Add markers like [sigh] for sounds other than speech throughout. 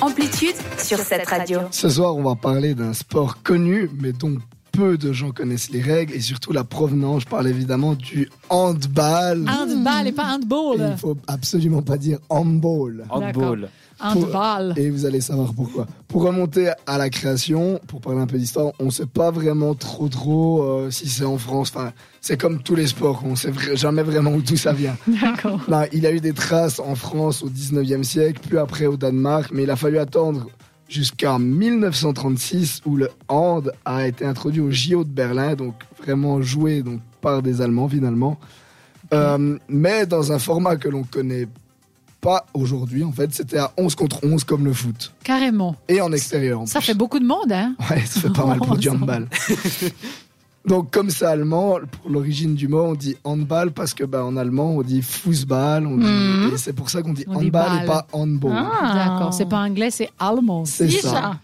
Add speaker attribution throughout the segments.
Speaker 1: Amplitude sur cette radio.
Speaker 2: Ce soir, on va parler d'un sport connu, mais dont peu de gens connaissent les règles et surtout la provenance. Je parle évidemment du handball.
Speaker 3: Handball et pas
Speaker 2: Et Il
Speaker 3: handball.
Speaker 2: ne faut absolument pas dire handball.
Speaker 4: Handball.
Speaker 3: Handball.
Speaker 2: Et vous allez savoir pourquoi. Pour remonter à la création, pour parler un peu d'histoire, on ne sait pas vraiment trop trop euh, si c'est en France. Enfin, c'est comme tous les sports, on ne sait vra- jamais vraiment où tout ça vient.
Speaker 3: D'accord.
Speaker 2: Là, il a eu des traces en France au 19e siècle, puis après au Danemark, mais il a fallu attendre jusqu'en 1936 où le hand a été introduit au JO de Berlin, donc vraiment joué donc, par des Allemands finalement. Euh, mais dans un format que l'on connaît pas aujourd'hui, en fait, c'était à 11 contre 11 comme le foot.
Speaker 3: Carrément.
Speaker 2: Et en extérieur. En
Speaker 3: Ça
Speaker 2: plus.
Speaker 3: fait beaucoup de monde, hein
Speaker 2: Ouais, ça fait pas mal pour du handball. Donc, comme c'est allemand, pour l'origine du mot, on dit handball parce que, bah, en allemand, on dit Fußball. On dit-
Speaker 3: Mhm.
Speaker 2: et c'est pour ça qu'on dit
Speaker 3: On dit
Speaker 2: handball et
Speaker 3: balle.
Speaker 2: pas handball.
Speaker 5: Ah.
Speaker 3: D'accord. C'est pas anglais, c'est allemand.
Speaker 2: C'est
Speaker 5: si,
Speaker 2: ça.
Speaker 5: ça.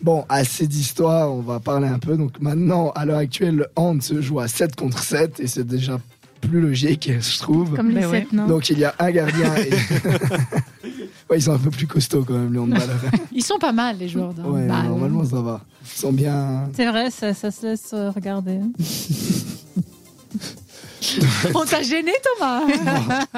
Speaker 2: Bon, assez d'histoire, on va parler un peu. Donc, maintenant, à l'heure actuelle, le hand se joue à 7 contre 7 et c'est déjà plus logique, je trouve.
Speaker 5: Comme les
Speaker 6: Ben
Speaker 3: Mais ouais.
Speaker 5: sept nains.
Speaker 2: Donc, il y a un gardien. Et... [laughs] ouais, ils sont un peu plus costauds quand même, les handballeurs.
Speaker 3: Ils sont pas mal, les joueurs de
Speaker 2: Ouais,
Speaker 3: handball.
Speaker 2: normalement, ça va. Ils sont bien.
Speaker 5: C'est vrai, ça, ça se laisse euh, regarder.
Speaker 3: On t'a gêné,
Speaker 2: [laughs]
Speaker 3: Thomas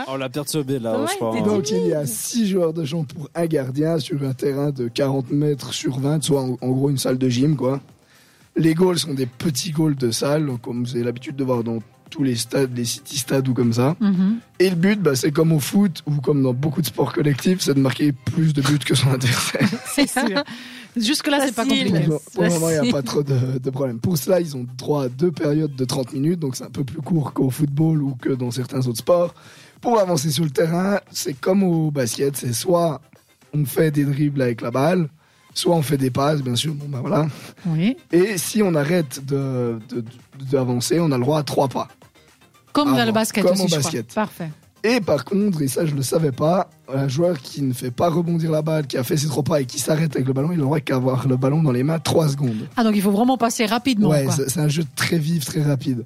Speaker 4: Oh, la perte se bête, là,
Speaker 5: Ouais,
Speaker 4: je crois.
Speaker 5: t'es
Speaker 4: hein.
Speaker 2: Donc il y a 6 joueurs de champ pour un gardien sur un terrain de 40 mètres sur 20, soit en, en gros une salle de gym quoi. Les goals sont des petits goals de salle, donc comme vous avez l'habitude de voir dans tous les stades, les city stades ou comme ça.
Speaker 3: Mhm.
Speaker 2: Et le but, bah, c'est comme au foot ou comme dans beaucoup de sports collectifs, c'est de marquer plus de buts que son adversaire.
Speaker 3: C'est sûr. Jusque-là, c'est pas
Speaker 5: Facile.
Speaker 3: compliqué.
Speaker 2: Pour, pour le moment, il n'y a
Speaker 5: facile.
Speaker 2: pas trop de, de problèmes. Pour cela, ils ont droit à deux périodes de 30 minutes, donc c'est un peu plus court qu'au football ou que dans certains autres sports. Pour avancer sur le terrain, c'est comme au basket, c'est soit on fait des dribbles avec la balle, soit on fait des passes, bien sûr. Bon, ben voilà.
Speaker 3: Oui.
Speaker 2: Et si on arrête de- de- de- d'avancer, on a le droit à trois pas.
Speaker 3: Comme
Speaker 2: Ah
Speaker 3: dans le
Speaker 2: bon,
Speaker 3: basket
Speaker 2: comme
Speaker 3: aussi,
Speaker 2: au
Speaker 3: je
Speaker 2: basket.
Speaker 3: crois. Parfait.
Speaker 2: Et par contre, et ça je le savais pas, un joueur qui ne fait pas rebondir la balle, qui a fait ses trois pas et qui s'arrête avec le ballon, il n'aura qu'à avoir le ballon dans les mains trois secondes.
Speaker 3: Ah, donc il faut vraiment passer rapidement,
Speaker 2: ouais,
Speaker 3: quoi.
Speaker 2: c'est c'est un jeu très vif, très rapide.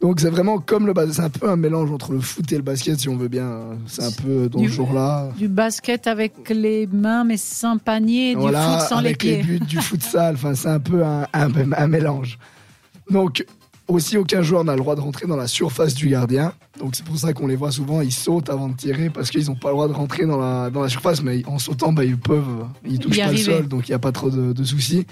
Speaker 2: Donc c'est vraiment comme le basket, c'est un peu un mélange entre le foot et le basket si on veut bien. euh, C'est un peu dans
Speaker 3: Du-
Speaker 2: ce genre-là.
Speaker 3: Du basket avec les mains, mais sans panier, du
Speaker 2: Voilà,
Speaker 3: foot sans les
Speaker 2: avec les,
Speaker 3: pieds.
Speaker 2: buts du futsal, enfin c'est un peu un, un- un mélange. Donc aussi aucun joueur n'a le droit de rentrer dans la surface du gardien. Donc c'est pour ça qu'on les voit souvent, ils sautent avant de tirer parce qu'ils n'ont pas le droit de rentrer dans la, dans la surface, mais en sautant bah, ils peuvent, ils touchent
Speaker 3: Y
Speaker 2: pas
Speaker 3: arriver.
Speaker 2: le sol, donc il n'y a pas trop de, de soucis.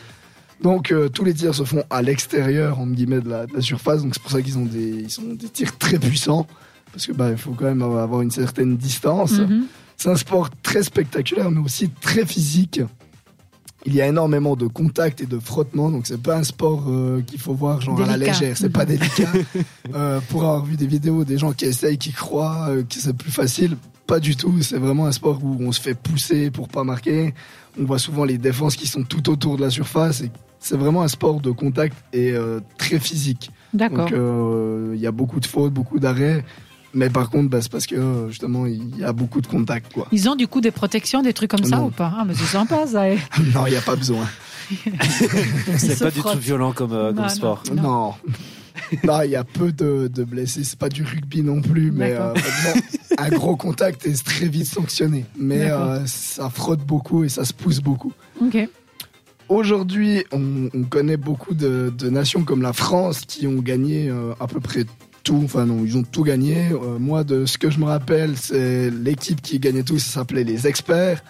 Speaker 2: Donc euh, tous les tirs se font à l'extérieur en guillemets de la, de la surface, donc c'est pour ça qu'ils ont des, ils sont des tirs très puissants parce que bah, il faut quand même avoir une certaine distance.
Speaker 3: Mhm.
Speaker 2: C'est un sport très spectaculaire, mais aussi très physique. Il y a énormément de contacts et de frottements, donc c'est pas un sport euh, qu'il faut voir genre à la
Speaker 3: Délicat.
Speaker 2: légère. C'est
Speaker 3: [laughs]
Speaker 2: pas délicat. Euh, pour avoir vu des vidéos des gens qui essayent, qui croient euh, que c'est plus facile, pas du tout. C'est vraiment un sport où on se fait pousser pour pas marquer. On voit souvent les défenses qui sont tout autour de la surface. Et c'est vraiment un sport de contact et euh, très physique.
Speaker 3: D'accord.
Speaker 2: Donc euh, il y a beaucoup de fautes, beaucoup d'arrêts. Mais par contre, bah, c'est parce que euh, justement il y a beaucoup de contacts, quoi.
Speaker 3: Ils ont du coup des protections, des trucs comme ça
Speaker 2: Non.
Speaker 3: ou pas Ah, mais c'est sympa ça.
Speaker 2: [coughs] Non, il n'y a pas besoin.
Speaker 3: Ils
Speaker 4: C'est
Speaker 3: se
Speaker 4: pas du tout
Speaker 3: frottent.
Speaker 4: violent comme, euh, comme
Speaker 3: Non,
Speaker 4: sport.
Speaker 3: Non.
Speaker 2: Non. Non, il y a peu de, de blessés. C'est pas du rugby non plus, mais
Speaker 3: D'accord.
Speaker 2: euh, vraiment, un gros contact et c'est très vite sanctionné. Mais
Speaker 3: D'accord.
Speaker 2: euh, ça frotte beaucoup et ça se pousse beaucoup.
Speaker 3: Ok.
Speaker 2: Aujourd'hui, on, on connaît beaucoup de, de nations comme la France qui ont gagné euh, à peu près tout. Enfin non, ils ont tout gagné. Euh, moi, de ce que je me rappelle, c'est l'équipe qui gagnait tout, ça s'appelait les experts.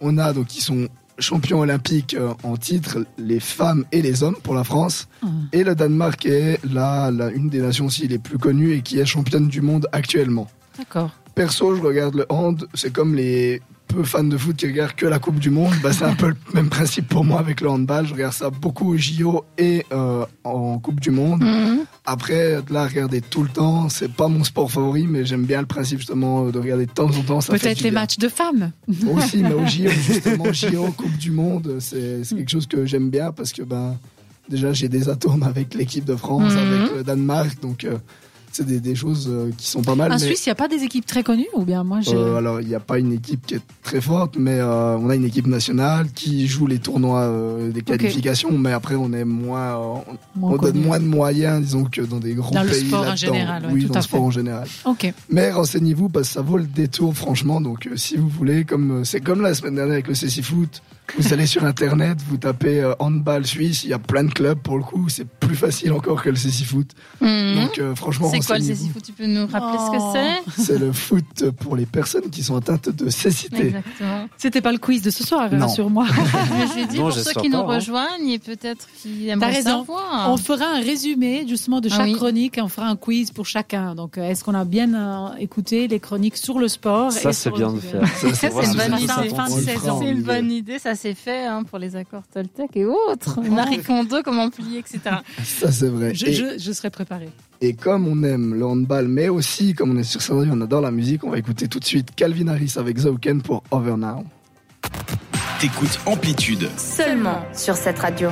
Speaker 2: On a donc ils sont champions olympiques euh, en titre, les femmes et les hommes pour la France.
Speaker 3: Ah.
Speaker 2: Et le Danemark est là, là, une des nations aussi les plus connues et qui est championne du monde actuellement.
Speaker 3: D'accord.
Speaker 2: Perso, je regarde le hand, c'est comme les peu fans de foot qui regardent que la Coupe du Monde. Bah, c'est un peu le même principe pour moi avec le handball. Je regarde ça beaucoup au JO et euh, en Coupe du Monde.
Speaker 5: Mhm.
Speaker 2: Après, de là, regarder tout le temps, c'est pas mon sport favori, mais j'aime bien le principe justement de regarder de temps en temps. ça fait
Speaker 3: Peut-être
Speaker 2: du
Speaker 3: les
Speaker 2: bien.
Speaker 3: matchs de femmes.
Speaker 2: Aussi, mais au
Speaker 3: [laughs]
Speaker 2: JO, justement, JO, Coupe du Monde, c'est c'est quelque chose que j'aime bien parce que ben, déjà j'ai des atomes avec l'équipe de France,
Speaker 5: Mhm.
Speaker 2: avec le Danemark, donc euh, C'est des, des choses euh, qui sont pas mal.
Speaker 3: En
Speaker 2: mais,
Speaker 3: Suisse, il n'y a pas des équipes très connues ou bien moi j'ai.
Speaker 2: euh, alors, il n'y a pas une équipe qui est très forte, mais euh, on a une équipe nationale qui joue les tournois euh, des qualifications, mais après, on est moins. euh, on-
Speaker 3: moins
Speaker 2: on donne
Speaker 3: connues.
Speaker 2: moins de moyens, disons, que dans des gros
Speaker 3: Dans le
Speaker 2: pays.
Speaker 3: sport en
Speaker 2: là-dedans.
Speaker 3: général, ouais,
Speaker 2: oui,
Speaker 3: tout
Speaker 2: dans
Speaker 3: à
Speaker 2: le sport
Speaker 3: fait.
Speaker 2: en général.
Speaker 3: Ok.
Speaker 2: Mais renseignez-vous parce que ça vaut le détour, franchement. Donc, euh, si vous voulez, comme euh, c'est comme la semaine dernière avec le CC Foot, vous allez sur internet, vous tapez euh, handball suisse, il y a plein de clubs pour le coup, c'est plus facile encore que le CC Foot.
Speaker 6: Hmm.
Speaker 3: Mhm.
Speaker 2: Donc, euh, franchement,
Speaker 6: C'est quoi le
Speaker 2: renseignez-vous.
Speaker 6: cécifoot Tu peux nous rappeler ce
Speaker 3: Oh.
Speaker 6: que
Speaker 2: C'est le foot pour les personnes qui sont atteintes de
Speaker 6: c'est
Speaker 2: cécité.
Speaker 6: Exactement.
Speaker 3: C'était pas le quiz de ce soir,
Speaker 2: Non.
Speaker 3: sur
Speaker 6: [laughs]
Speaker 3: moi.
Speaker 6: Je l'ai
Speaker 4: [laughs]
Speaker 6: dit
Speaker 4: Non,
Speaker 6: pour ceux
Speaker 4: j'espère
Speaker 6: qui nous
Speaker 4: pas, hein.
Speaker 6: rejoignent et peut-être qui aimeraient
Speaker 3: raison.
Speaker 6: savoir.
Speaker 3: On fera un résumé justement de
Speaker 6: Ah
Speaker 3: chaque
Speaker 6: oui.
Speaker 3: chronique et on fera un quiz pour chacun. Donc, euh, est-ce qu'on a bien euh, écouté les chroniques sur le sport
Speaker 4: Ça,
Speaker 3: et
Speaker 4: c'est
Speaker 3: sur
Speaker 4: bien
Speaker 3: le-
Speaker 4: de faire. Ça,
Speaker 6: c'est
Speaker 4: voir
Speaker 6: une
Speaker 4: si
Speaker 6: bonne
Speaker 4: tous
Speaker 6: idée.
Speaker 4: attendent.
Speaker 3: Fin de
Speaker 4: On le
Speaker 3: saison.
Speaker 2: fera en
Speaker 6: C'est une
Speaker 2: milieu.
Speaker 6: bonne idée, ça s'est fait hein, pour les accords Toltec et autres, Marie Kondo, comment plier, etc.
Speaker 2: Ça, c'est vrai.
Speaker 3: Je,
Speaker 2: Et-
Speaker 3: je, je serai préparée.
Speaker 2: Et comme on aime le handball, mais aussi comme on est sur cette radio, on adore la musique, on va écouter tout de suite Calvin Harris avec Zauken pour Over Now.
Speaker 7: T'écoutes Amplitude.
Speaker 1: Seulement sur cette radio.